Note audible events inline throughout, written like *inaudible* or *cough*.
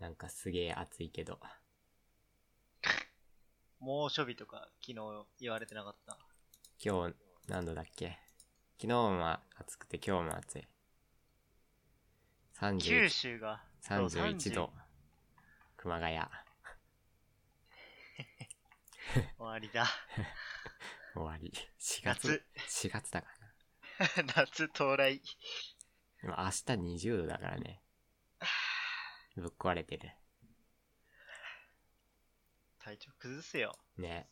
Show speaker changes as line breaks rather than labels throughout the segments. なんかすげえ暑いけど。
猛暑日とか昨日言われてなかった。
今日、何度だっけ昨日は暑くて今日も暑い。
九
30
州が、そう
31度。熊谷。
30終わり
*laughs*
だ。
終わり。4月
夏。、
4月だか
*laughs* 夏到来。
らな。でも明日20度だから
*sighs*
ね。ぶっ壊れてる。
体調崩すよ。
ね。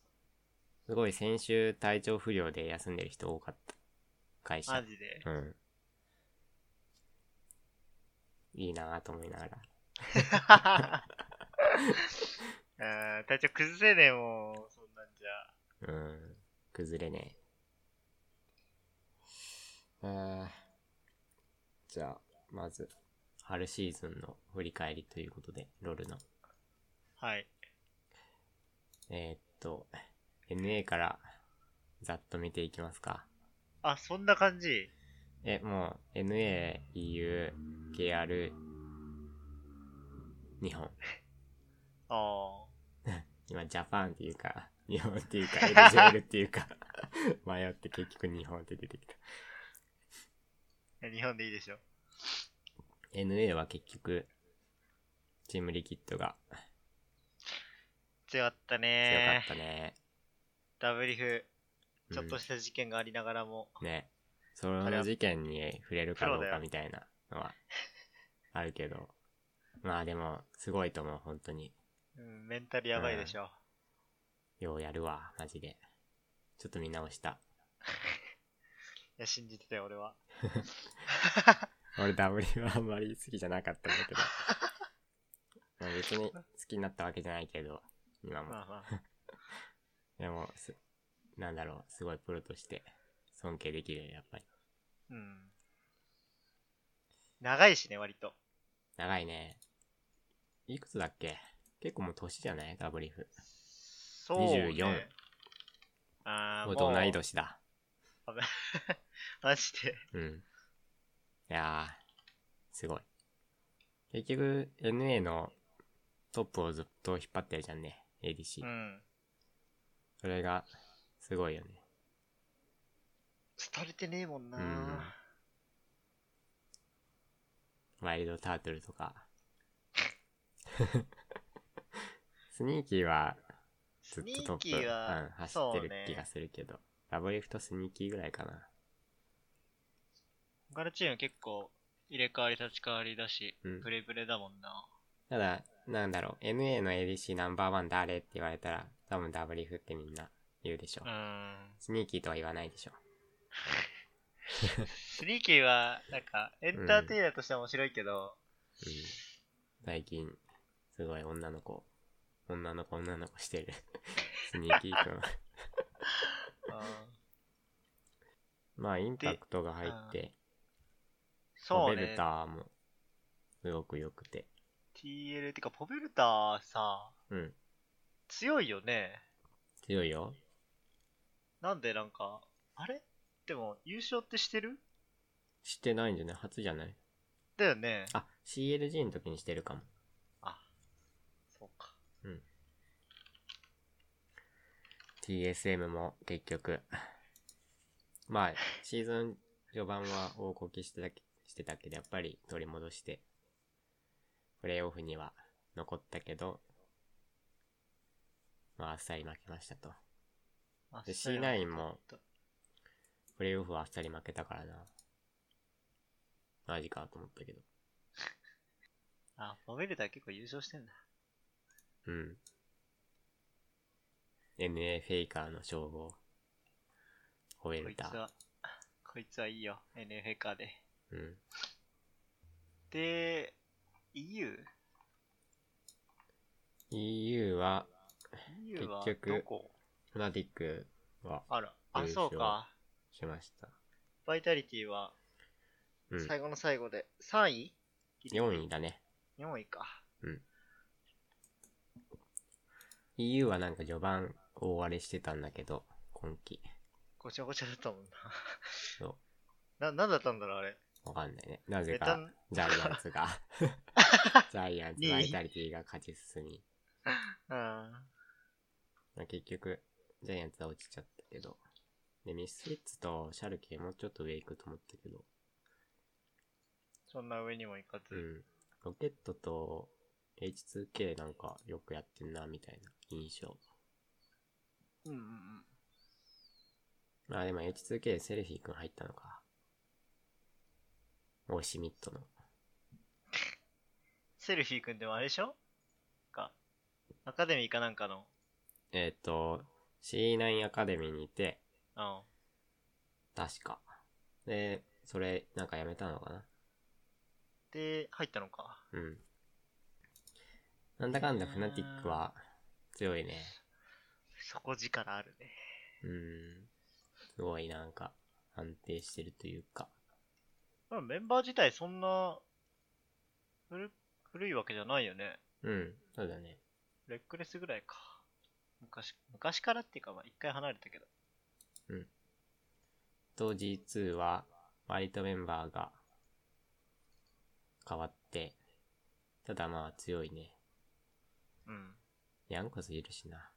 すごい先週体調不良で休んでる人多かった。会社
マ。ジで。 *laughs*
うん。いいなぁと思いながら。
うん体調崩せねえもん、そんなんじゃ。
うん。崩れねえ。あーじゃあ、まず、春シーズンの振り返りということで、ロルの。
はい。
えー、っと、NA からざっと見ていきますか。
あ、そんな感じ
え、もう、NA、EU、KR、日本。
あ
今、ジャパンっていうか、日本っていうか、LJL っていうか、 *laughs* 迷って結局日本って出てきた。
あ。日本でいいでしょ。
NA は結局、チームリキッドが
強かった
強か
ね
ったね。
ダブリフ、
うん
ちょっとした事件がありながらも、
ね。その事件に触れるかどうかみたいなのはあるけど。まあでも、すごいと思う、本当に。
うん、メンタルやばいでしょ。
ようやるわ、マジで。ちょっと見直した。
いや、信じてたよ、俺
*laughs*
は。
俺 W はあんまり好きじゃなかったんだけど。まあ別に好きになったわけじゃないけど、今も。
まあまあ。
でも、すなんだろう、すごいプロとして尊敬できるよ、やっぱり。
うん。長いしね、割と。
長いね。いくつだっけ結構もう年じゃないダブリフ。
そう、ね。
24
ああ、
も
も
う
う。
同い。年だ。
マジで。
うん。いやー、すごい。結局、NA のトップをずっと引っ張ってるじゃんね、ADC。
うん。
それが、すごいよね。
廃れてねえもんな、
うんワイルドタートルとか。 *laughs* スニーキーは、ず
ス
っ
ニ
とトップ、
ーキーは、
うん、走ってる気が
そうね。
するけど。ラブリフとスニーキーぐらいかな。
他のチーム結構入れ替わり立ち替わりだし、
うん
プレプレだもんな。
ただ、なんだろう、NA の ADC ナンバーワン誰って言われたら、多分ダブリフってみんな言うでしょ
う。ん。
スニーキーとは言わないでしょ。
スニーキーは、なんか、エンターテイナーとしては面白いけど、
うん。最近、すごい女の子、女の子女の子してる。
*laughs*
スニーキーくん。
うん
まあ、インパクトが入って、ポ
そう
ベル
ね。
ターも、すごく良くて。
TL ってか、ポベルタさ、
うん。
強いよね。
強いよ。
なんでなんか、あれでも、優勝ってしてる
してないんじゃない初じゃない
だよね。
あ、CLG の時にしてるかも。
あ、そうか。
TSM も結局。 *laughs* まあ、シーズン序盤は大こきしてたけしてたけど、やっぱり取り戻して、プレイオフには残ったけど、まあ、あっさり負けましたと。
あ
で
そうや
C9 もプレイオフはあっさり負けたからな。マジかと思ったけど。
あ、ポベルタ結構優勝してんだ。
うん。NA フェイカーの称号。ホエ
こ
ル
いつ
タ。
は、 *laughs* こいつはいいよ。NFA カーで。
うん。
で、EU?EU
EU は、
は
結
ど
局
こ
フナティックは
あら、
優
あ、
勝
そうか。
しました。
バイタリティは
うん。
最後の最後で3位
4位だね。
?4 位か。
EU はなんか序盤大荒れしてたんだけど、今季。
ごちゃごちゃだったもん
そう。
*laughs* な。な、なんだったんだろう、あれ。
わかんないね。なぜ
メタ
か
ン、
ジャイアンツ
*laughs*
が、ジャイアンツ、バイタリティが勝ち進み、
うん。
まあ、結局、ジャイアンツは落ちちゃったけど、で、ミスフィッツとシャルケもうちょっと上行くと思ったけど、
そんな上にもいか
う
ず。
ん。ロケットと H2K なんかよくやってんな、みたいな印象。
うんうんうん。
まあでも H2K でセルフィーくん入ったのか。オーシミットの。
セルフィー君でもあれでしょか。アカデミーかなんかの。
えっ、と、C9 アカデミーにいて、
うん。
確か。で、それ、なんかやめたのかな
で、入ったのか。
うん。なんだかんだフナティックは強いね。
底力あるね。
うん。すごいなんか安定してるというか。
まあメンバー自体そんな、古、古いわけじゃないよね。
うん、そうだね。
レックレスぐらいか。昔、昔からっていうか、まあ一回離れたけど。
と G2 は割とメンバーが変わって、ただまあ強いね。
うん。
ニャンコスいるしな。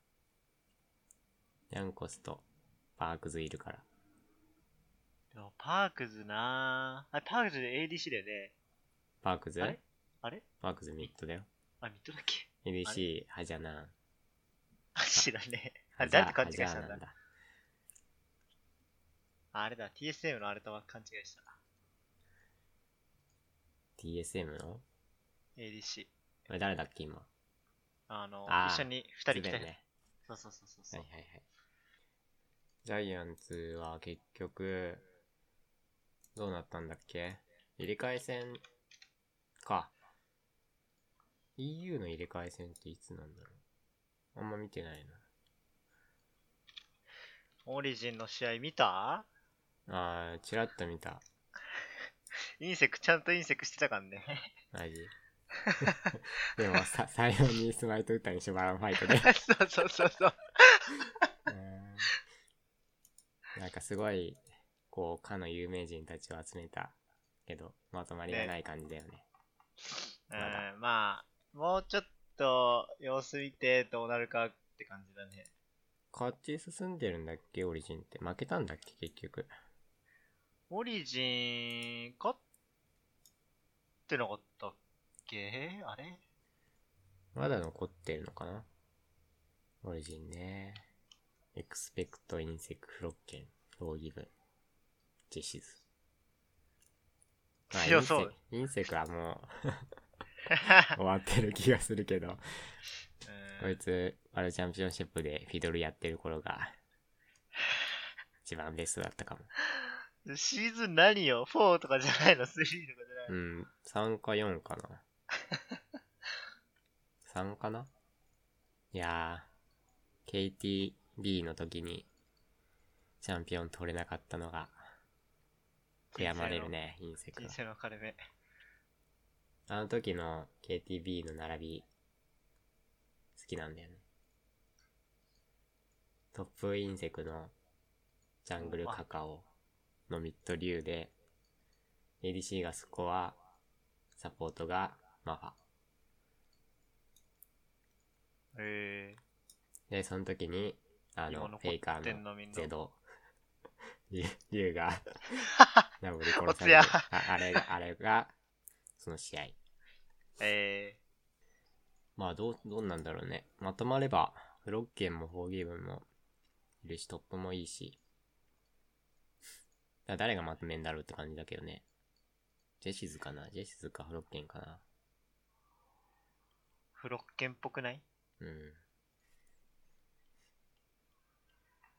ニャンコスとパークズいるから。
でもパークズなぁ。あれ、パークズで ADC でね。
パークズ
あれあれ
パークズミッドだよ。
あ、ミッドだっけ
NEC、ハジャナン。
あ、 *laughs* 知らねえ。あ
ハ
れ、
ジャ
誰と勘違いした
ハジ
ん
ャ
だ
ナンだ。
ああれだ、TSM のあれとは勘違いした。
TSM の
ADC。
これ誰だっけ今。
あの、
あー
一緒に二人来
ズベ
たや
ン
つ。
ね。
そうそうそうそ
はい
うそ、
うはいはい。ジャイアンツは結局、どうなったんだっけ入れ替え戦か。EU の入れ替え戦っていつなんだろう。あんま見てない
オリジンの試合見た
な。あー、チラッと見た。
インセク、ちゃんとインセクしてたから
*laughs*
ね。 *laughs*
マジ。でもさ、最後にスマイト打ったにしょ、バランファイトで。う
そうそうそうそう。
ーんなんかすごい、こう、かの有名人たちを集めたけど、まとまりがない感じだよね。
う
ま
ん
だ、
まあ、もうちょっと様子見てどうなるかって感じだね。
勝ち進んでるんだっけオリジンって。負けたんだっけ結局。
オリジン、勝ってなかったっけあ
*laughs*
れ
まだ残ってるのかなオリジンね。エクスペクト、インセク、フロッケン、ローギブン、ジェシズ。まあ
強そう。
インセインセクはもう終わってる気がするけど、こ
う
い
ん、
つ、ワールドチャンピオンシップでフィドルやってる頃が、一番ベストだったかも。
シーズン何よ ?4 とかじゃないの ?3 とかじゃ
う
ないの
ん、3か4かな。3かないやー、KTB の時にチャンピオン取れなかったのが、悔やまれるね、隕石
人
は。
生の分かれ目。
あの時の KTB の並び、好きなんだよね。トップ隕石のジャングルカカオのミッドリューで、ADC がスコア、サポートがマファ。
え
で、その時に、あ
ー、今
の、フ
残
ェイカ
って
ー
ん
の
のみんな
ゼ。ド、リュリュウ
*laughs*
が、ナブで殺
お
さ
つ
れる
や
ああれが、あれが、その試合。
え
まあ、どう、どうなんだろうね。まとまれば、フロッケンもフォーギーブンもいるし、トップもいいし。だ誰がまとめんだろうって感じだけどね。ジェシズかなジェシズかフロッケンかな
ー、フロッケンっぽくない
うん。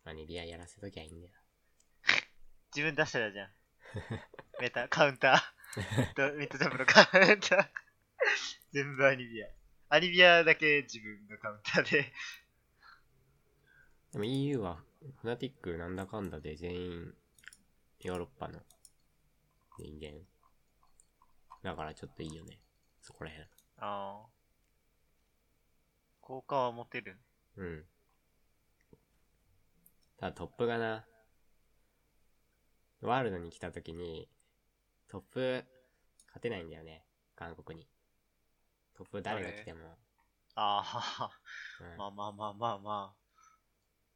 まあ、ニビアやらせときゃいいんだよ。
自分出してたじ
*laughs*
ゃん。メタ、カウンター。とミッドジャンプのカウンター。全部アニビア。アニビアだけ自分のカウンターで。
でも EU は、フナティックなんだかんだで全員、ヨーロッパの人間。だからちょっといいよね。そこら辺。
ああ。効果は持てる。
うん。ただトップがな、ワールドに来た時に、トップ、勝てないんだよね。韓国に。トップ誰が来ても。
ああ、
うん
まあまあまあまあま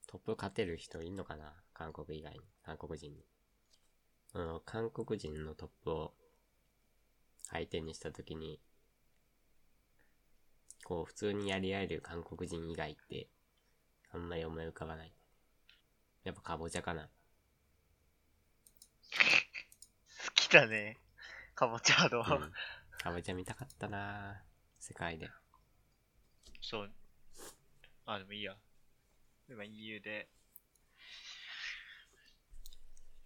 トップ勝てる人いんのかな韓国以外に。韓国人に。あの、韓国人のトップを相手にしたときに、こう、普通にやり合える韓国人以外って、あんまり思い浮かばない。やっぱカボチャかな。
あ。好きだね。かぼちゃの。
うん、
*laughs*
カボチャ見たかったな世界で。
そう。あ、でもいいや。今 EU で。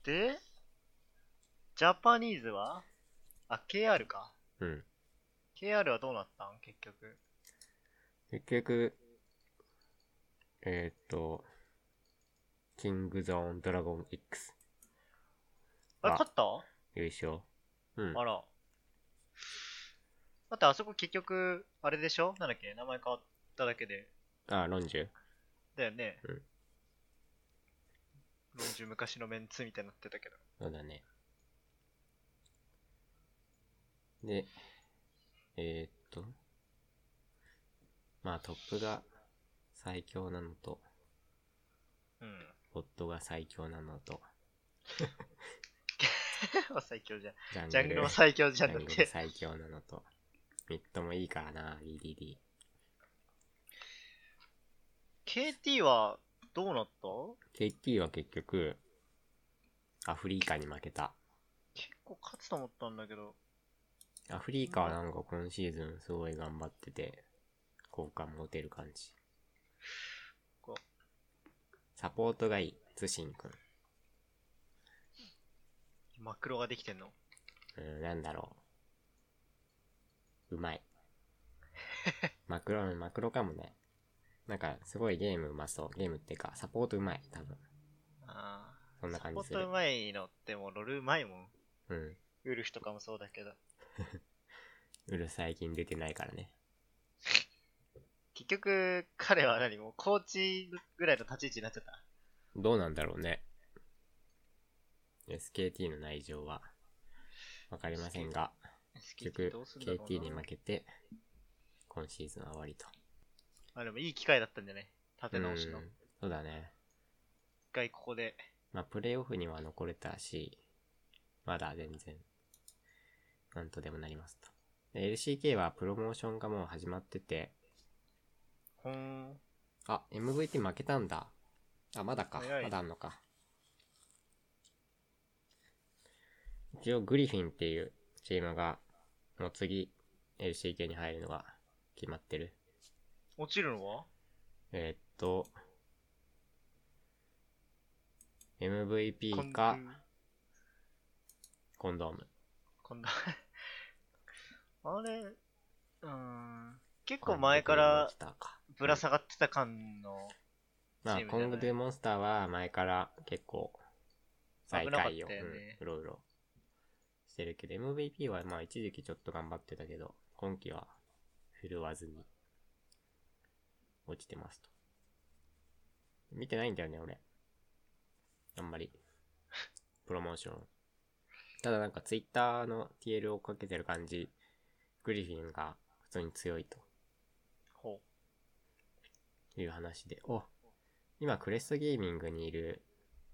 で、ジャパニーズはあ、KR か。
うん。
KR はどうなったん結局。
結局、えー、っと、キングゾーンドラゴン X
あれ、
あ
勝った
優勝。うん。
あら。だってあそこ結局、あれでしょなんだっけ名前変わっただけで。
あ、ロンジュ
だよね。
うん
論中昔のメンツみたいになってたけど。
そうだね。で、えー、っと、まあトップが最強なのと、
うん。 *laughs*
ボットが最強なのと、
最強じゃん。
ジャン
ジャングルも最強じゃんだっ
ジャングル
て。
最強なのと、ミッドもいいからな、DDD。
KT はどうなった
KT は結局、アフリカに負けた。
結構勝つと思ったんだけど。
アフリカはなんか今シーズンすごい頑張ってて、好感持てる感じ
こ。
サポートがいい、ツシンくん。
マクロができてんの
うん、なんだろう。う
*laughs*
まい。マクロ、マクロかもね。なんか、すごいゲームうまそう。ゲームってか、サポートうまい、多分。
あ
そん
あ。
な
サ
感
ポ
じす
ット
る
う。まいのってもうロールうまいもん。
うん。
ウルフとかもそうだけど。
うる最近出てないからね。
結局、彼は何もうコーチぐらいの立ち位置になっちゃった。
どうなんだろうね。SKT の内情は、わかりませんが、結
SKT
局
どうすんだろうな
KT に負けて、今シーズンは終わりと。
あ、でもいい機会だったんじゃない立て直しの。
う
一
んそうだね。
回ここで。
まあ、プレイオフには残れたし、まだ全然、なんとでもなりますと。で LCK はプロモーションがもう始まってて、
ほーん。
あ、MVP 負けたんだ。あ、まだか。
早い
まだあんのか。一応、グリフィンっていうチームが、もう次、LCK に入るのが決まってる。
落ちるのは
えーっと、
こ
MVP
ん
か、コンドーム。
こんな。あれ、うーん。結構前から
コンドームが来たか
ぶら下がってた感の
まあ、
チームじゃ
コ
ない
ング・デュ・モンスターは前から結構最下位を、
危なかったよ
うん
ね
うろうろしてるけど、MVP はまあ一時期ちょっと頑張ってたけど、今季は振るわずに落ちてますと。見てないんだよね、俺。あんまり。プロモーション。ただなんかツイッターの TL をかけてる感じ、グリフィンが普通に強いと。
方。
いう話で、お今クレストゲーミングにいる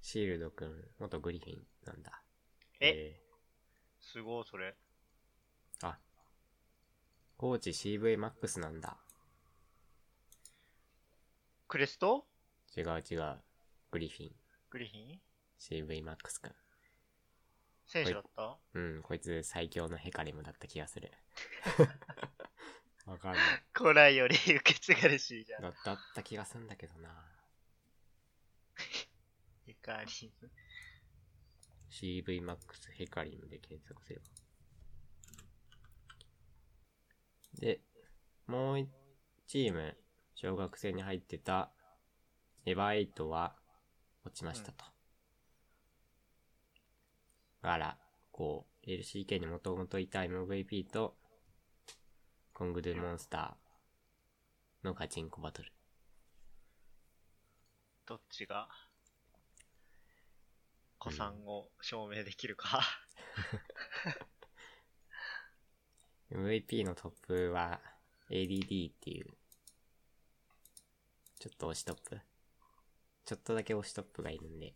シールドくん、元グリフィンなんだ。
え、
え
すごい、それ。
ーあ、コーチ CVMAX なんだ。
クレスト
違う違う。グリフィン、
グリフィン
CVMAX くん。
選手だった
うん、こいつ最強のヘカリムだった気がする。わかんない。
古来より受け継がれしいじゃん。
だだった気がすんだけどな。
ゆかり。
CVMAX ヘカリムで検索すれば。で、もう一チーム、小学生に入ってた、エヴァエイトは、落ちましたと。だから、こう、LCK にもともといた MVP と、コングドゥモンスターのガチンコバトル。
どっちが子さんを証明できるか。
MVP のトップは ADD っていう、ちょっと推しトップ。ちょっとだけ推しトップがいるんで、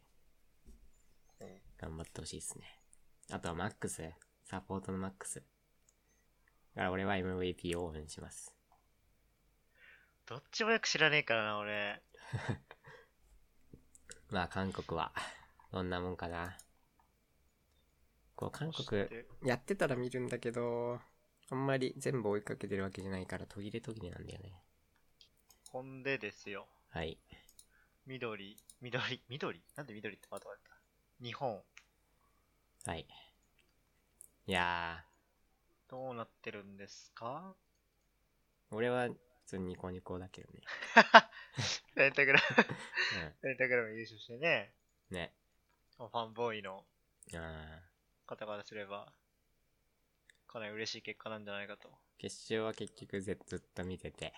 頑張ってほしいですね。あとはマックス、サポートのマックス。だから俺は MVP を応援します。
どっちもよく知らねえからな、俺。
まあ韓国は、どんなもんかな。こう韓国
そし、て
やってたら見るんだけど、あんまり全部追いかけてるわけじゃないから途切れ途切れなんだよね。
ほんでですよ。
はい。
緑、緑、緑なんで緑ってまとまった日本、
はい。いや
どうなってるんですか
ー、俺は普通にニコニコだけどね。
ペンタグラム、 *laughs* ペンタグラム優勝してね、
うん。ね。
ファンボーイの
あー
方からすれば、かなり嬉しい結果なんじゃないかと。
決勝は結局ずずっと見てて、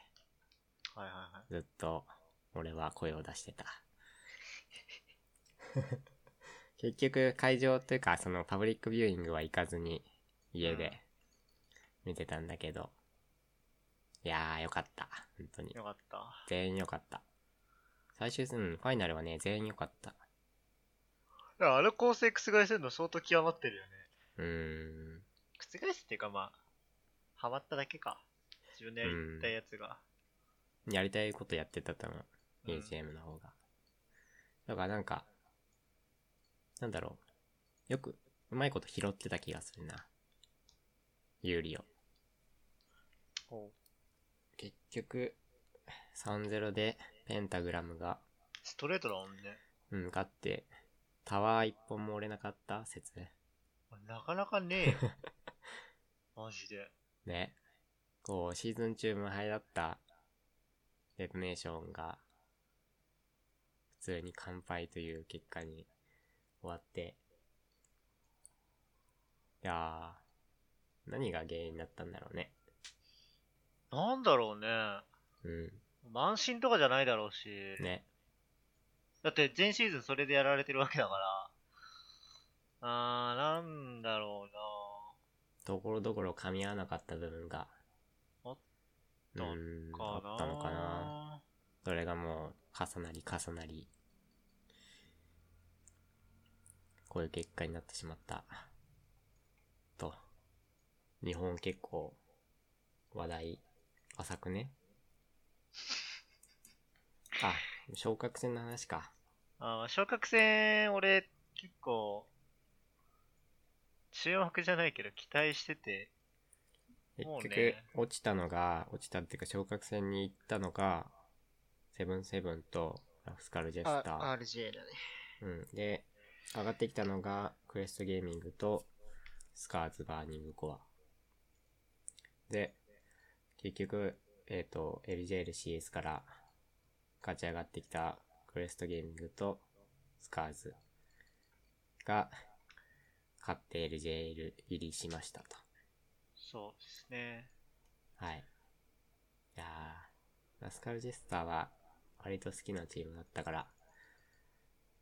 はいはいはい。
ずっと俺は声を出してた。結局会場というかそのパブリックビューイングは行かずに家
うん
で見てたんだけど、いやーよかった。本当に。
よかった。
全員良かった。最終戦、うんファイナルはね、全員良かった。
だからあの構成覆せるの相当極まってるよね。
うーん。
覆すっていうかまあ、ハマっただけか。自分でやりたいやつが。
やりたいことやってたと思う。
うん
BGM の方が。だからなんか、なんだろう。よく、うまいこと拾ってた気がするな。有利を。
ほう
結局、3-0で、ペンタグラムが、
ストレートだもんね。
うん、勝って、タワー一本も折れなかった説。
なかなかね
*laughs*
えよ。マジで。
ね。こう、シーズン中無敗だった、デトネーションが、普通に完敗という結果に終わって、いやー、何が原因だったんだろうね。
なんだろうね。
う
満身とかじゃないだろうし。
ん。ね。
だって前シーズンそれでやられてるわけだから。あー、なんだろう
ところどころ噛み合わなかった部分が、
あっ
う
たの
ん
な
あ
かな
ったのかな。それがもう、重なり重なり、こういう結果になってしまった。と。日本結構、話題、浅くね。あ、昇格戦の話か。
あー昇格戦、俺、結構、注目じゃないけど、期待してて、
結
もう
局、
ね
落ちたのが、落ちたっていうか昇格戦に行ったのが、セブンセブンと、ラフスカルジェスター。
RGA だね。
うん。で、上がってきたのが、クエストゲーミングと、スカーズバーニングコア。で、結局、えっ、と、LJLCS から勝ち上がってきたクエストゲーミングと、スカーズが、勝って LJL 入りしましたと。
そうですね。
はい。いやー、ラスカルジェスターは割と好きなチームだったから、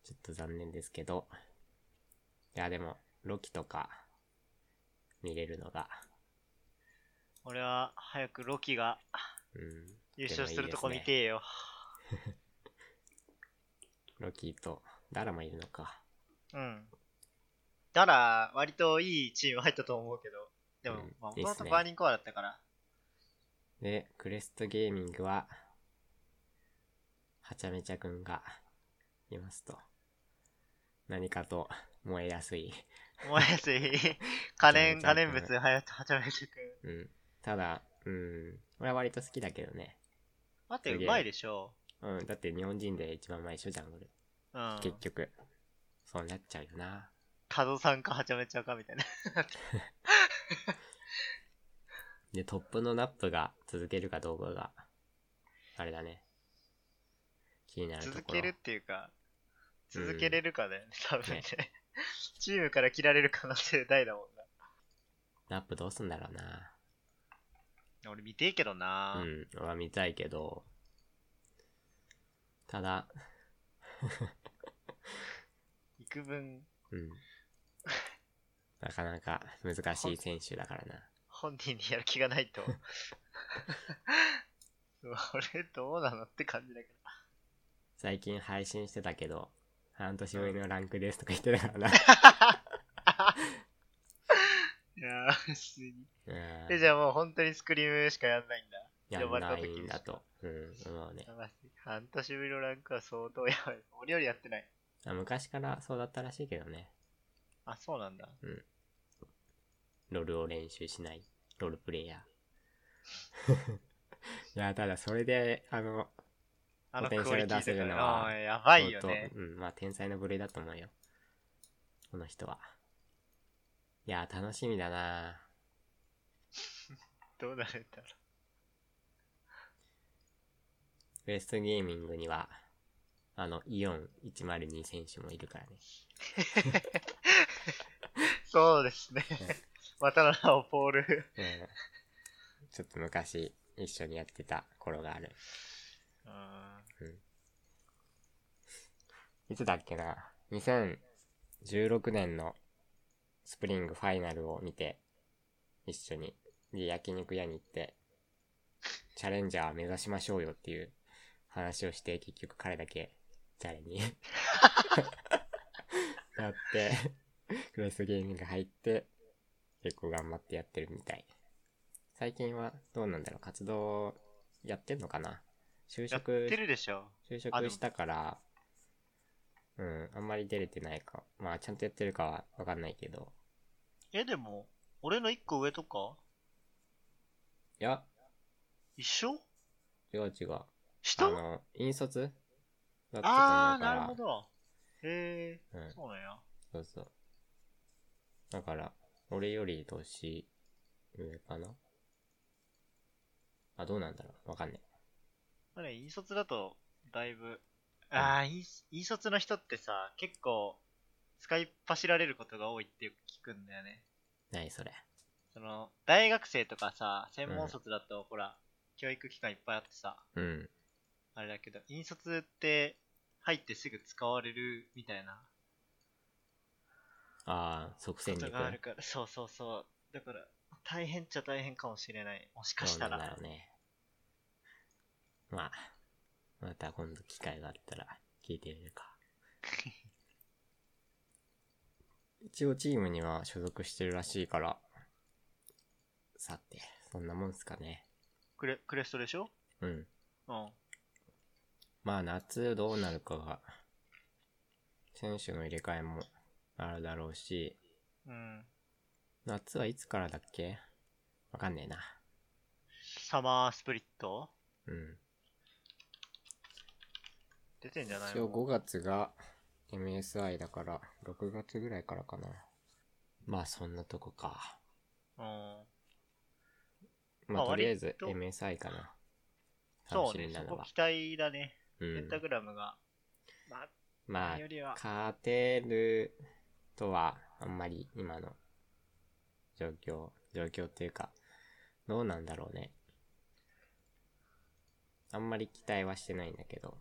ちょっと残念ですけど、いやでも、ロキとか、見れるのが、
俺は、早くロキが
うん。
優勝するとこ見
でもいいですね
てえよ。
ロキと、ダラもいるのか。
うん。だら、割といいチーム入ったと思うけど、でも
うん、
もと
いいっ
も
す
と
ね
バーニンコアだったから、
で、クレストゲーミングは、はちゃめちゃくんが、いますと。何かと、燃えやすい。
思いや
*laughs*
すい。可
め
燃、
ちゃ
可
めちゃ
燃物、はやとはちゃめちゃくん。
うん。ただ、うん。俺は割と好きだけどね。
待って、
すげ
う
え
まいでしょ。
うん、だって日本人で一番前一緒じゃん、俺。
うん。
結局。そうなっちゃうよな。
カドさんかはちゃめちゃかみたいな。
で、トップのナップが続けるかどうかが、あれだね。気になるところ
続。けるっていうか、続けれるかだよね、多分ね
ね。
*laughs* チームから切られる可能性大だもん
ナップどうすんだろうな。
な。俺見てえけどな、
うん、俺は見たいけど。ただ、
幾分 *laughs*
うん。なかなか難しい選手だからな。
本人にやる気がないと。 *laughs* 俺どうなのって感じだけ
最近配信してたけど、半年上のランクですとか言ってたか
*laughs*
らな。
ど。いやー、普通に。
うん
で、じゃあもう本当にスクリームしかやんないんだ。
や
呼ば
ん
れた
な
時
いんだと。うん、思うね。
やばい半年ぶりのランクは相当やばい。俺よりやってない。
あ昔からそうだったらしいけどね。
あ、そうなんだ。
ロールを練習しない、ロールプレイヤー。い *laughs* や、ただそれで、あの、
あの
ポ
ク
テンシャ
オリ
ル
テ
出せ
ィ
る
だ
の
か
は
ら。あーやばいよ
相当
ね。
うん、まあ天才の部類だと思うよ。この人は。いや、楽しみだな
どうなるんだろ
ウエストゲーミングには、あの、イオン102選手もいるからね。
う。そうです *laughs* ね。またの名をポール。
うんちょっと昔、一緒にやってた頃がある。
うーん
いつだっけな ?2016 年のスプリングファイナルを見て、一緒に、で、焼肉屋に行って、チャレンジャー目指しましょうよっていう話をして、結局彼だけ、誰になって、クレスゲーミング入って、結構頑張ってやってるみたい。最近はどうなんだろう活動やってんのかな就
やっ
職
てるでしょ。
就
あで
職
も
したから、うん、あんまり出れてないか。まあ、ちゃんとやってるかはわかんないけど。
え、でも、俺の一個上とか
いや、
一緒
違う違う。あ
下
の、引率だったと思うから。
あー、なるほど。へ
う
え、
ん、
そうなんや。
そうそう。だから、俺より年上かなあ、どうなんだろうわかんない。
まあね、引率だと、だいぶ、ああ、引引率の人ってさ、結構、使い走られることが多いってよく聞くんだよね。
何それ。
その、大学生とかさ、専門卒だと、ほら、教育機関いっぱいあってさ、
うん。
あれだけど、引率って、入ってすぐ使われるみたいな
ああ、即戦
こと
力。
があるから、そうそうそう。だから、大変っちゃ大変かもしれない。もしかし
ど
た
うなんだ
ら
ろ。うね。まあ、また今度機会があったら聞いてみる
*laughs*
か。一応チームには所属してるらしいから、さて、そんなもんすかね。
クレ、クレストでしょ
うん。
うん。
まあ夏どうなるかが、選手の入れ替えもあるだろうし、
うん。
夏はいつからだっけわかんねえな。
サマースプリット
うん。
出てんじゃない
一応5
もう
月が MSI だから、6月ぐらいからかな。まあそんなとこか。
うん。
ま
ま
あ
あ
とりあえず
割と
MSI かな。
そうね、
な
そ
の
こ
は。
期待だね。
う
ペ
ん
ンタ。グラムが。まあ、
まあ
何よ、りは。
勝てるとは、あんまり今の状況、状況っていうか、どうなんだろうね。あんまり期待はしてないんだけど。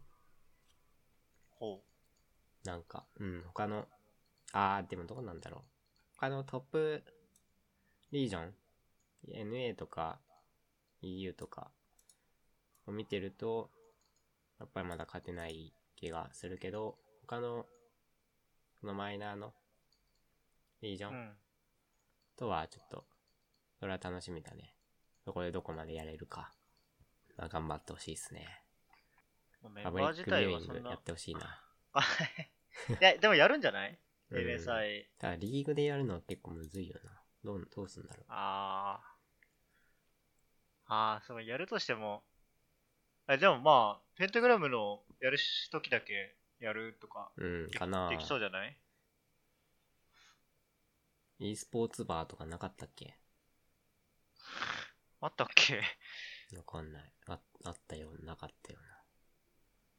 ほ
なんか、うん、他の、あー、でもどうなんだろう。他のトップリージョン、NA とか EU とかを見てると、やっぱりまだ勝てない気がするけど、他の、このマイナーのリージ
う。
ョ
う
ン
ん。
とはちょっと、それは楽しみだね。そこでどこまでやれるか。まあ、頑張ってほしいですね。
もうメン
パブ
バ
リ
ー
ッ
自
クビ
体
ュー
は
イン
そ
グ
ん
や
な
っ。てほしいな。
あ *laughs* いや、でもやるんじゃない
*laughs* うん
?MSI。
ただリーグでやるのは結構むずいよな。どう、どうすんだろう。
あー。あー、そう、やるとしても。あでもまあ、ペンタグラムのやる時だけやるとか、
うん、
で
かな
できそうじゃない
e スポーツバーとかなかったっけ
あったっけ
わかんない。あ、あったような、なかったよ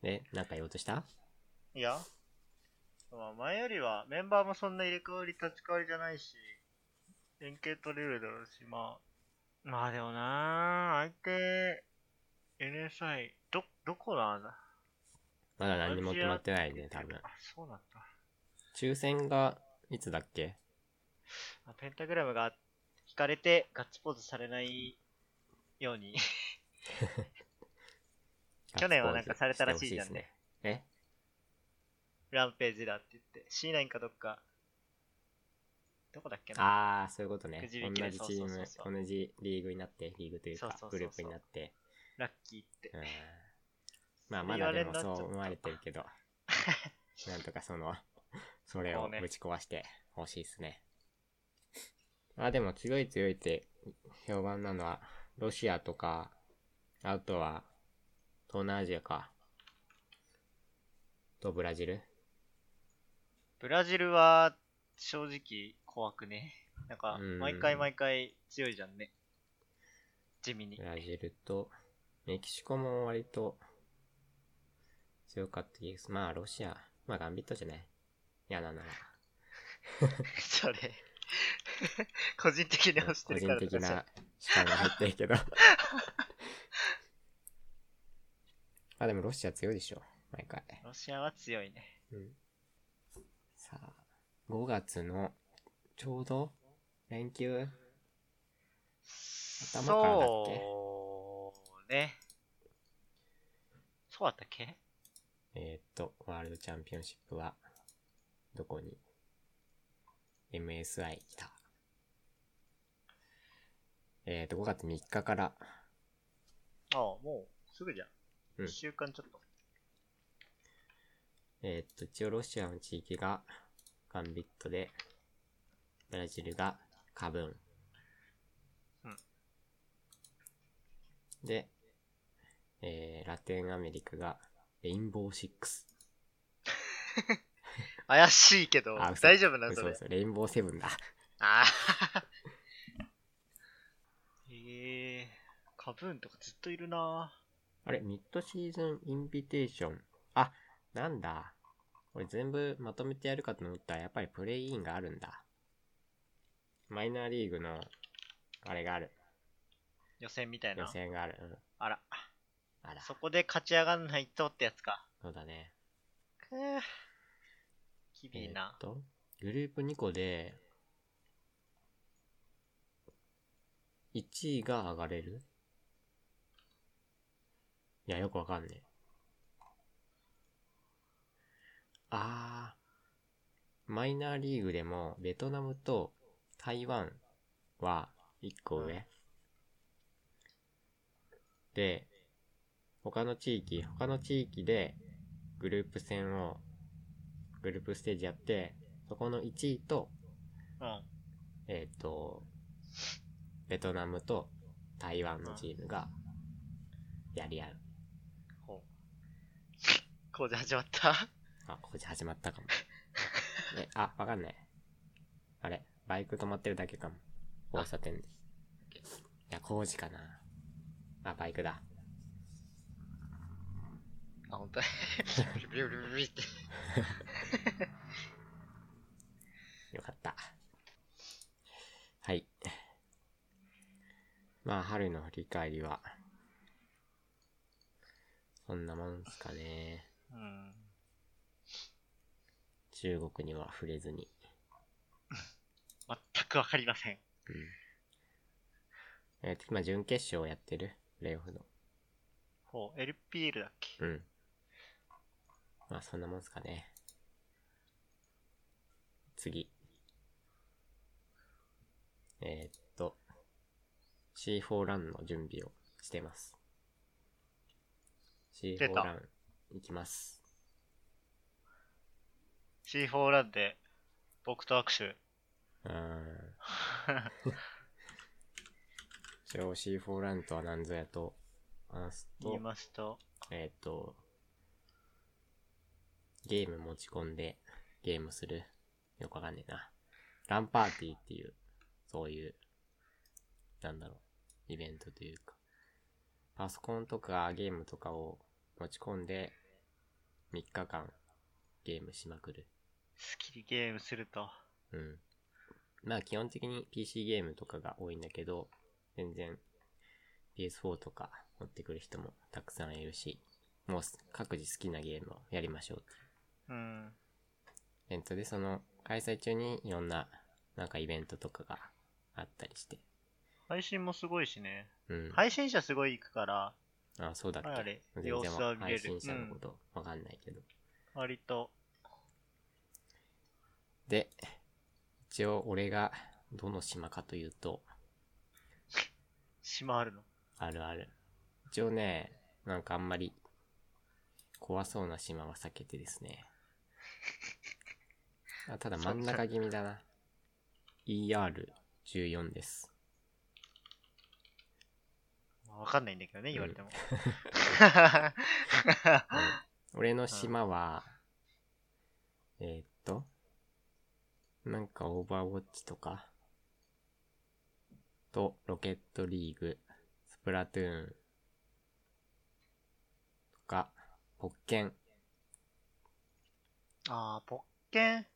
うな。え、なんか言おうとした
いや、まあ、前よりはメンバーもそんな入れ替わり立ち替わりじゃないし、連携取れるだろうし、まあ、まあでもなあ、相手、NSI、ど、どこなんだ
まだ何も決まってないね、多分
あ。、そうなんだ。
抽選がいつだっけ
あペンタグラムが引かれてガッツポーズされないように。 *laughs* 去年はなんかされたらしいじゃんね
ガッツポーズしてほしいっすね。
ランページだって言って、C9 かどっか、どこだっけ
え
な
ああ、そういうことね
くじ引。き
同
で
じチー
そうそう
ム
そうそ、
同じリーグになって、リーグというか
そうそうそうそ
グ
う
ループになって。
ラッキーって
う。んまあ、ま
それ言
だ
わ
で
れん
も
な
そ
ちょっと
う思われてる
*laughs*
けど、なんとかその、それ
そ
を
うね
ぶち壊してほしいっすね。まあでも強い強いって評判なのは、ロシアとか、あとは、東南アジアか、とブラジル
ブラジルは正直怖くね。 *laughs* なんか
う、ん
毎回毎回強いじゃんね。地味に
ブ。ラジルと、メキシコも割と強かったです。まあ、ロシア、まあ、ガンビットじゃない。嫌なのは。
*laughs* それ、 *laughs* 個人的に押して
個
るか
人
ら
的
とかじゃ
な主観が入ってる *laughs* けど。あ、でもロシア強いでしょ。毎回。
ロシアは強いね。
うん。さあ、5月の、ちょうど、連休頭からだっけ
そうね。そうだったっけ
えーっと、ワールドチャンピオンシップは、どこに ?MSI 来た。えーっと、5月3日から、
ああ、もうすぐじゃん。
うん
1週間ちょっと。
えーっと、一応ロシアの地域がガンビットで、ブラジルがカブーン。
うん
で、えー、ラテンアメリカがレインボーシックス。
怪しいけど
あ、嘘
大丈夫なのそ
嘘
れ。
嘘、レインボーセブンだ。 *laughs*
ああ。へえカブーンとかずっといるな
あれ、ミッドシーズンインビテーション。あ、なんだ。これ全部まとめてやるかと思ったら、やっぱりプレイインがあるんだ。マイナーリーグの、あれがある。
予選みたい
予
な。
選がある。うん。
あら。
あら、
そこで勝ち上がんないとってやつか。
そうだね。
くぅ。厳
え
しい
ー
な
っ。と、グループ2個で、1位が上がれるいや、よくわかんねえ。あー、マイナーリーグでも、ベトナムと台湾は1個上。
うん
で、他の地域、他の地域でグループ戦を、グループステージやって、そこの1位と、
うん。
えっ、と、ベトナムと台湾のチームがやり合う。
ほう。工事始まった。
あ、ここで始まったかも。 *laughs* え、あ、わかんない。あれ、バイク止まってるだけかも。交差点で。いや、工事かな。あ、バイクだ。
あ、本当に。ビリビリビリビリって。
よかった。はい。まあ、春の振り返りは、そんなもんすかね。
うん。
中国には触れずに。
全くわかりません。
えっと、今、準決勝をやってる。プレイオフの。
ほう、LPL だっけ
うん。まあ、そんなもんすかね。次。えーっと、C4 ランの準備をしてます。
出
C4
た
ラン、いきます。
C4 ランで、僕と握手。
うー *laughs* ん。一応 C4 ランとは何ぞやと、話す
言い
と、
ますと、
えーっと、ゲーム持ち込んでゲームする。よくわかんねえな。ランパーティーっていう、そういう、なんだろう、イベントというか。パソコンとかゲームとかを持ち込んで、3日間ゲームしまくる。
好きにゲームすると。
うん。まあ基本的に PC ゲームとかが多いんだけど、全然 PS4 とか持ってくる人もたくさんいるし、もう各自好きなゲームをやりましょうっていう
うん。
イベントで、その開催中にいろんな、なんかイベントとかがあったりして。
配信もすごいしね。
うん。
配信者すごい行くから、
あ、そうだっけ。
あれ
全
様
然
子は
わ
見れ
配
る。
信者
う
のこ
ん
とわかんないけど。
割と。
で、一応俺がどの島かというと、
島あるの。
あるある。一応ね、なんかあんまり怖そうな島は避けてですね。あただ真ん中気味だな。ER14 です。
まあわかんないんだけどね、
ん
言わ
*laughs*
れても。
俺の島は、えーっと、なんかオーバーウォッチとか、と、ロケットリーグ、スプラトゥーン、とか、ポッケン
ああ、ポッケン。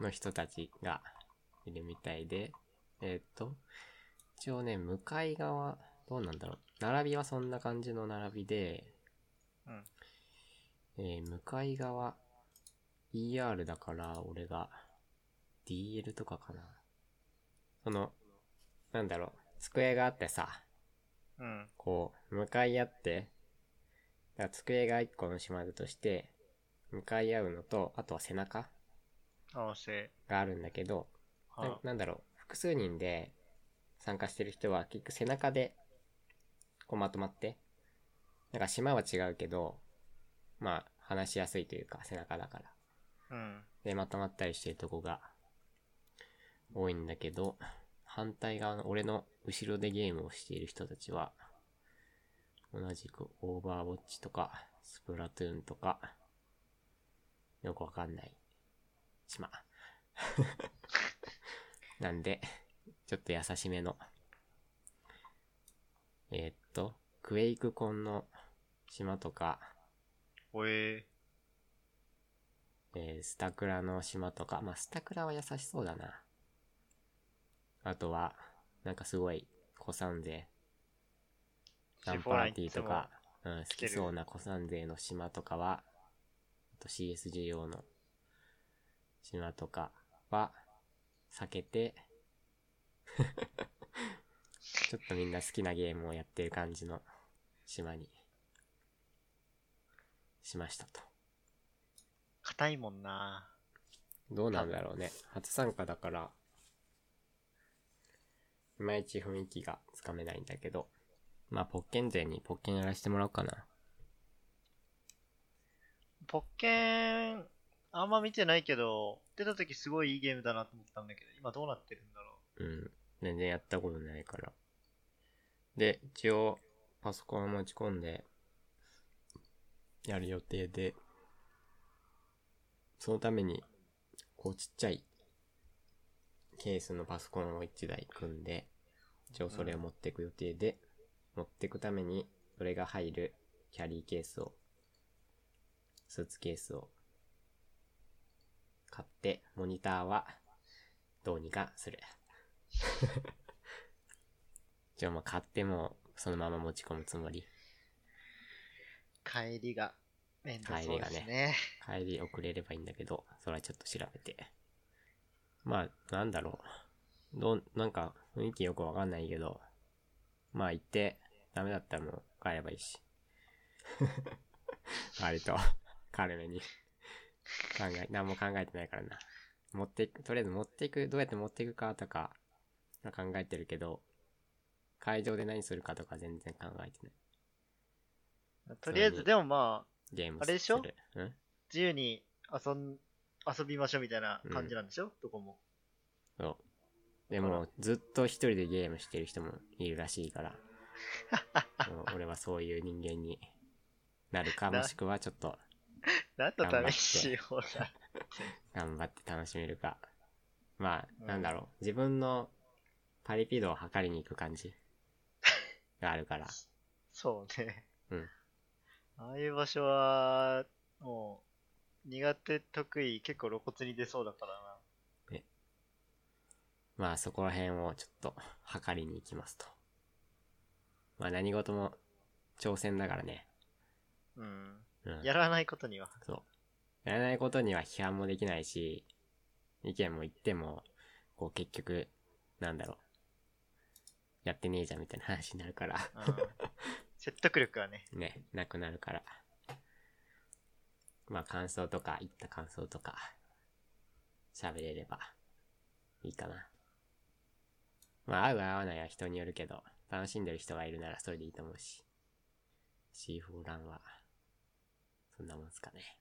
の人たちがいるみたいで、えーっと、一応ね、向かい側、どうなんだろう。並びはそんな感じの並びで、
うん。
えー向かい側、ER だから、俺が、DL とかかな。その、なんだろう、机があってさ、
うん。
こう、向かい合って、だから机が一個の島だとして、向かい合うのと、あとは背中
合わせ。
があるんだけど、
は
ななんだろう、複数人で参加してる人は、結局背中で、こうまとまって、なんか島は違うけど、まあ、話しやすいというか、背中だから。
うん。
で、まとまったりしてるとこが多いんだけど、反対側の俺の後ろでゲームをしている人たちは、同じくオーバーウォッチとか、スプラトゥーンとか、よくわかんない島。 *laughs* なんで、ちょっと優しめの、えーっと、クエイクコンの島とか、
おえ
えースタクラの島とか、まあ、スタクラは優しそうだな。あとは、なんかすごい、古参勢。
シ
ナ
フ
ン
ォ
パ
ーライン
ーティーとか、うん、好
てる
きそうな古参勢の島とかは、あと CSG 用の島とかは、避けて、 *laughs* ちょっとみんな好きなゲームをやってる感じの島に、しましたと。
硬いもんな。
どうなんだろうね。初参加だから、いまいち雰囲気がつかめないんだけど、まあ、ポッケン勢にポッケンやらせてもらおうかな。
ポッケン、あんま見てないけど、出た時すごいいいゲームだなと思ったんだけど、今どうなってるんだろ
うん。全然やったことないから。で、一応、パソコンを持ち込んで、やる予定で、そのために、こうちっちゃい、ケースのパソコンを1台組んで、一応それを持っていく予定で、持っていくために、それが入るキャリーケースを、スーツケースを、買って、モニターは、どうにかする。じゃあもう買っても、そのまま持ち込むつもり。
う。帰りが、めんどそうです
帰りが
ね。
帰り遅れればいいんだけど、それはちょっと調べて。まあ、なんだろう。どう、なんか、雰囲気よくわかんないけど、まあ行って、ダメだったらもう帰ればいい
*laughs*
し。割と、軽めに。考え、何も考えてないからな。持っていく、とりあえず持っていく、どうやって持っていくかとか、考えてるけど、会場で何するかとか全然考えてない。
*laughs* とりあえ
そ
ず、
う
でもまあ、
ゲーム
あれでしょ
するうん
自由に遊ん遊びましょうみたいな感じなんでしょ、どこも。
そう。で
あ
も
ら、
ずっと一人でゲームしてる人もいるらしい *laughs* から、もう俺はそういう人間になるか、
な
もしくはちょっと
何のためにしようだ。
頑張って楽しめるか。ま
う
あ、
ん
なんだろう。自分のパリピ度を測りに行く感じがある *laughs* から。
そうね。
うん
ああいう場所は、もう、苦手得意結構露骨に出そうだからな。
まあそこら辺をちょっと測りに行きますと。まあ何事も挑戦だからね。
うん。
うん。
やらないことには。
そう。やらないことには批判もできないし、意見も言っても、こう結局、なんだろう。やってねえじゃんみたいな話になるから、 *laughs*
うん、説得力はね、
ね、なくなるから。まあ感想とか、言った感想とか、喋れればいいかな。まあ合う合わないは人によるけど、楽しんでる人がいるならそれでいいと思うし。C4 ランは、そんなもんすかね。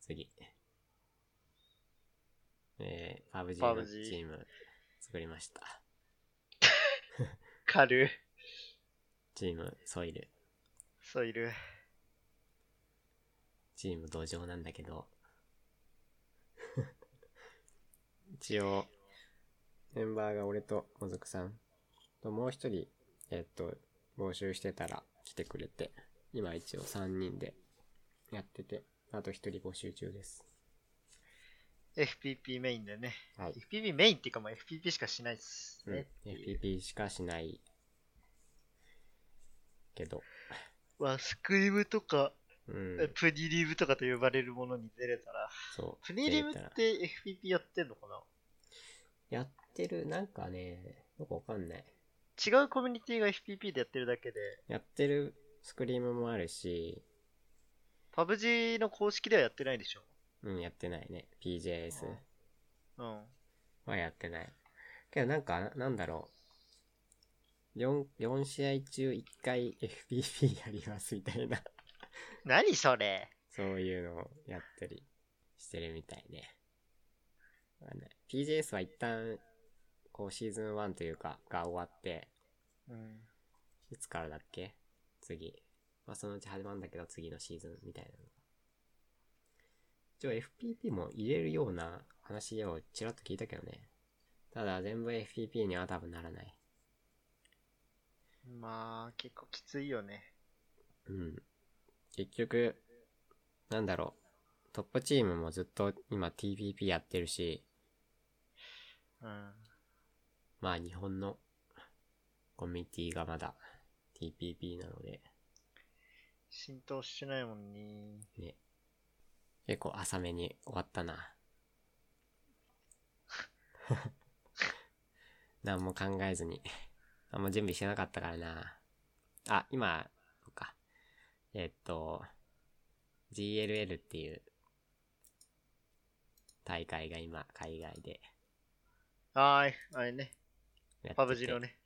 次。えー、パブ G のチ
PUBG
ーム作りました。
軽い。
チームソイル。
そういる。
チーム同情なんだけ
*laughs*
ど。一応、メンバーが俺ともずくさんともう一人、えっと、募集してたら来てくれて、今一応3人でやってて、あと一人募集中です。
FPP メインでね。
はい。
FPP メインっていうかもう FPP しかしないっす
うん
ね。
FPP しかしないけど、
まあ、スクリブとか、
うん、
プニリブとかと呼ばれるものに出れたら。
そう。
プニリブっ
データ
て FPP やってんのかな
やってる、なんかね、よくわかんない。
違うコミュニティが FPP でやってるだけで、
やってるスクリームもあるし、
PUBG の公式ではやってないでしょ。
うん、やってないね。PJS
うん。
はやってない。けどなんか、ななんだろう。4、4試合中1回 FPP *laughs* やりますみたいな、
何それ
そういうのをやったりしてるみたいね。あの PJS は一旦、こうシーズン1というか、が終わって、
うん。
いつからだっけ次。まあ、そのうち始まるんだけど、次のシーズンみたいなのが。一応 FPP も入れるような話をちらっと聞いたけどね。ただ、全部 FPP には多分ならない。
まあ、結構きついよね。
うん。結局、なんだろう。トップチームもずっと今 TPP やってるし、
うん。
まあ日本のコミュニティがまだ TPP なので、
浸透してないもんね。
ね。結構浅めに終わったな。 *laughs* 何も考えずに。あんま準備してなかったからな。あ、今、そっか。えっと、GLL っていう大会が今、海外で
はーい、あれね。
やってて
パブジの。ね。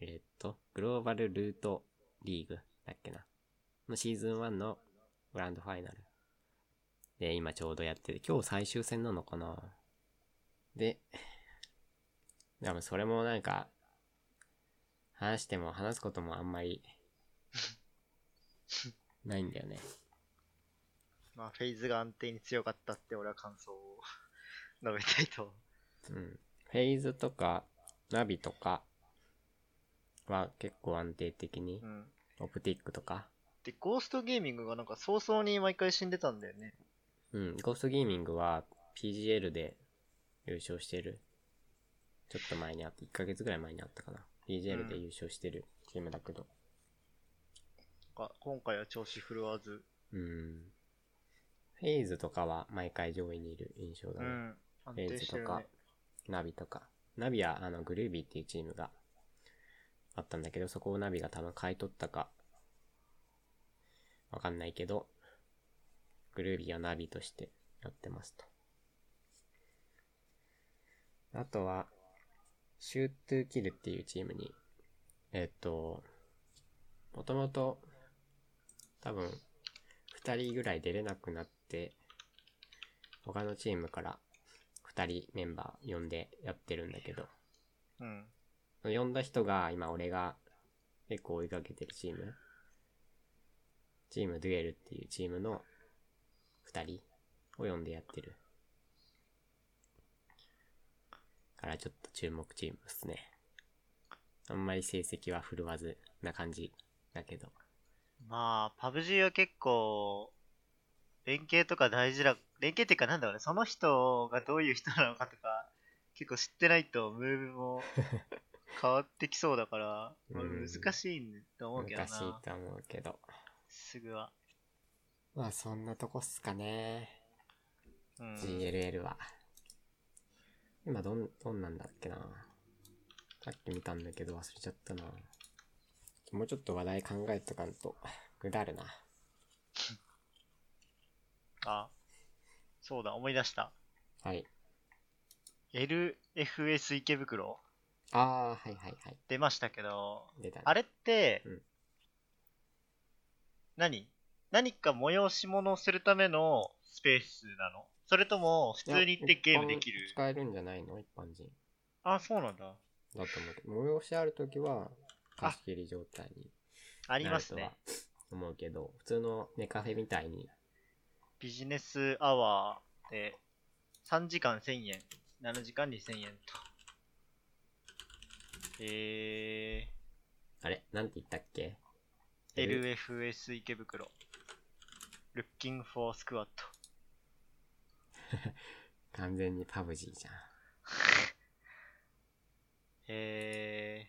えっと、グローバルルートリーグだっけな。のシーズン1のグランドファイナル。で、今ちょうどやってて、今日最終戦なのかなで、でもそれもなんか、話しても話すこともあんまり、ないんだよね。
まあ、フェイズが安定に強かったって俺は感想を *laughs* 述べたいと。
うん。フェイズとか、ナビとかは結構安定的に
う、ん。
オプティックとか、
で、ゴーストゲーミングがなんか早々に毎回死んでたんだよね。
うん、ゴーストゲーミングは PGL で優勝してる。ちょっと前にあって、1ヶ月ぐらい前にあったかな。PGL で優勝してるチームだけど。
が今回は調子振るわず。
うん。フェイズとかは毎回上位にいる印象だ
う
ね。
ん。安
フェ
定
イズ
して
と
る
か
ね。、
ナビとか。ナビはあのグルービーっていうチームがあったんだけど、そこをナビが多分買い取ったか、わかんないけど、グルービーはナビとしてやってますと。あとは、シュートゥーキルっていうチームに、えっと、もともと、多分、二人ぐらい出れなくなって、他のチームから二人メンバー呼んでやってるんだけど、
うん。
呼んだ人が今俺が結構追いかけてるチーム、チームデュエルっていうチームの二人を呼んでやってる。からちょっと注目チームですね。あんまり成績は振るわずな感じだけど。
まあ、PUBG は結構、連携とか大事だ、連携っていうかなんだろうね、その人がどういう人なのかとか、 *laughs* 結構知ってないとムー
*laughs*
ブも変わってきそうだから、まあ
うん
難しいんだと思うけど
難しい
な、
と思うけど。
すぐは。
まあそんなとこっすかね。
うん、
GLL は。今どん、どんなんだっけな。さっき見たんだけど忘れちゃったな。もうちょっと話題考えとかんと、ぐだるな。
あ、そうだ、思い出した。
はい。
LFS 池袋
あー、はいはいはい。
出ましたけど、
出たね、
あれって、
うん
何何か催し物をするためのスペースなのそれとも、普通に行って
い
ゲ
や
ームできる
一般使えるんじゃないの一般人。
あ、そうなんだ。
だと思うけど、催しあるときは、貸し切り状態に
あ
あ
りますね。。
思うけど、普通のネカフェみたいに、
ビジネスアワーで3時間1000円、7時間2000円と。え
あれなんて言ったっけ
ー、LFS 池袋。Looking for Squat。
完全にパブジーじゃん。
え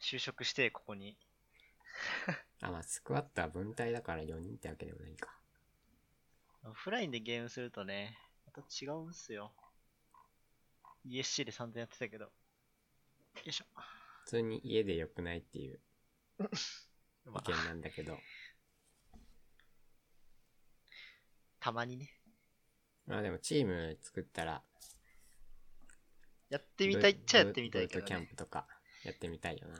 ー、就職して、ここに。
あ、まあ、スクワットは分体だから4人ってわけでもないか。
オフラインでゲームするとね、また違うんすよ。ESC で散々やってたけど。よいしょ。
普通に家で良くないっていう意
まあ
見なんだけど、
たまにね。
まあでもチーム作ったら、
やってみたいっちゃやってみたい
ブブ
けど、
ートキャン
ね。
プとかやってみたいよな。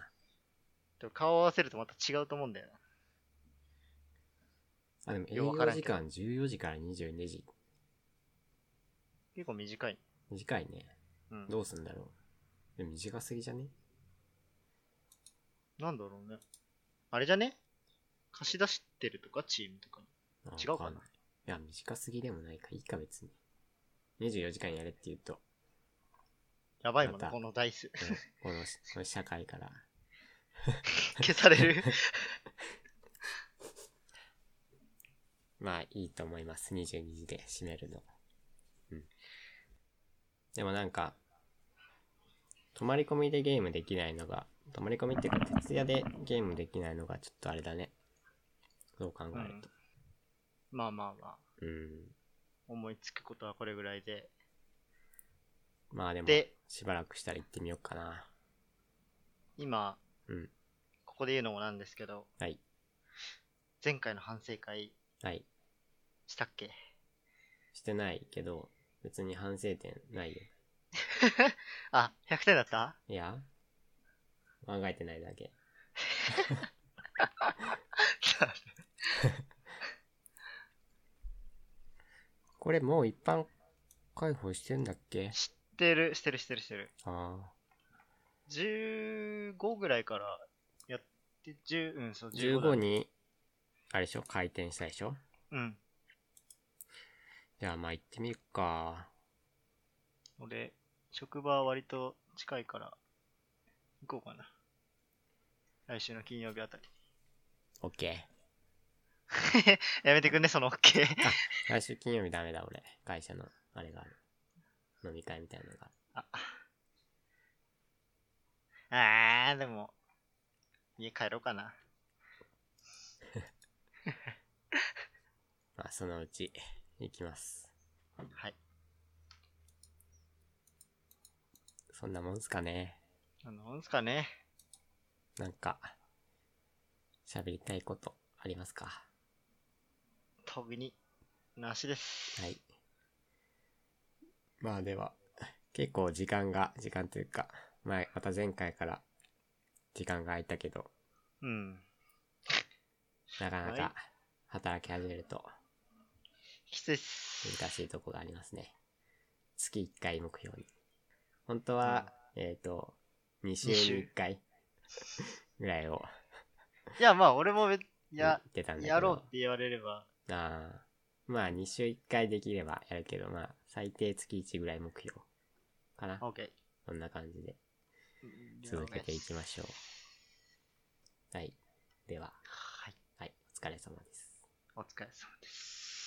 でも顔合わせるとまた違うと思うんだよ
あ、
な。
でも営
よう
業
わからんけ
時
ど
間14時から22時。
結構短い。
短いね。
うん。
どうすんだろう。でも短すぎじゃね
なんだろうね。あれじゃね貸し出してるとか、チームとかに。
あ
違うかな
わんないいや、短すぎでもないか。いいか別に。24時間やれって言う
*laughs*
と、
やばいもん
また
ね、このダイ
う
ス。 *laughs*
んこのこの社会から
消され *laughs* る。
まあいいと思います。22時で閉めるの。うん。でもなんか、泊まり込みでゲームできないのが、泊まり込みっていうか徹夜でゲームできないのがちょっとあれだね。そう考える
まあまあまあ。
と。うん。
思いつくことはこれぐらいで。
まあでも、
で、
しばらくしたら行ってみようかな。
今、
うん。
ここで言うのもなんですけど、
はい。
前回の反省会
はい。
したっけ
してないけど、別に反省点ないよ。
あ、100点だった *laughs*
いや考えてないだけ。これもう一般開放してんだっけ
知ってる、してる、してる、してる。
ああ。
15ぐらいからやって、10、うん、そう、15だ
15。に、あれでしょ回転したでしょ
うん。
じゃあまあ行ってみるか。
俺、職場は割と近いから、行こうかな。来週の金曜日あたり。
OK。
やめてくんね、その OK。
来週金曜日ダメだ俺。会社の、あれがある。飲み会みたいなのがある。
*laughs* あー、でも、家帰ろうかな。
まあそのうち、行きます。
はい。
そんなもんすかね。
あの、なんすかね。
なんか、喋りたいことありますか
特に、なしです。
はい。まあでは、結構時間が、時間というか、前、また前回から時間が空いたけど、
うん。
なかな
はい
か働き始めると
きついっす。
難しいとこがありますね。月1回目標に。本当は、えっ、と、2週に1回ぐらいを
いや、まあ、俺もべ、いや、
言ってたんだけど。
やろうって言われれば、
ああ。まあ、2週1回できればやるけど、まあ、最低月1ぐらい目標かな。
OK。
そんな感じで続けていきましょう。はい。では、
はい。
はい、お疲れ様です。
お疲れ様です。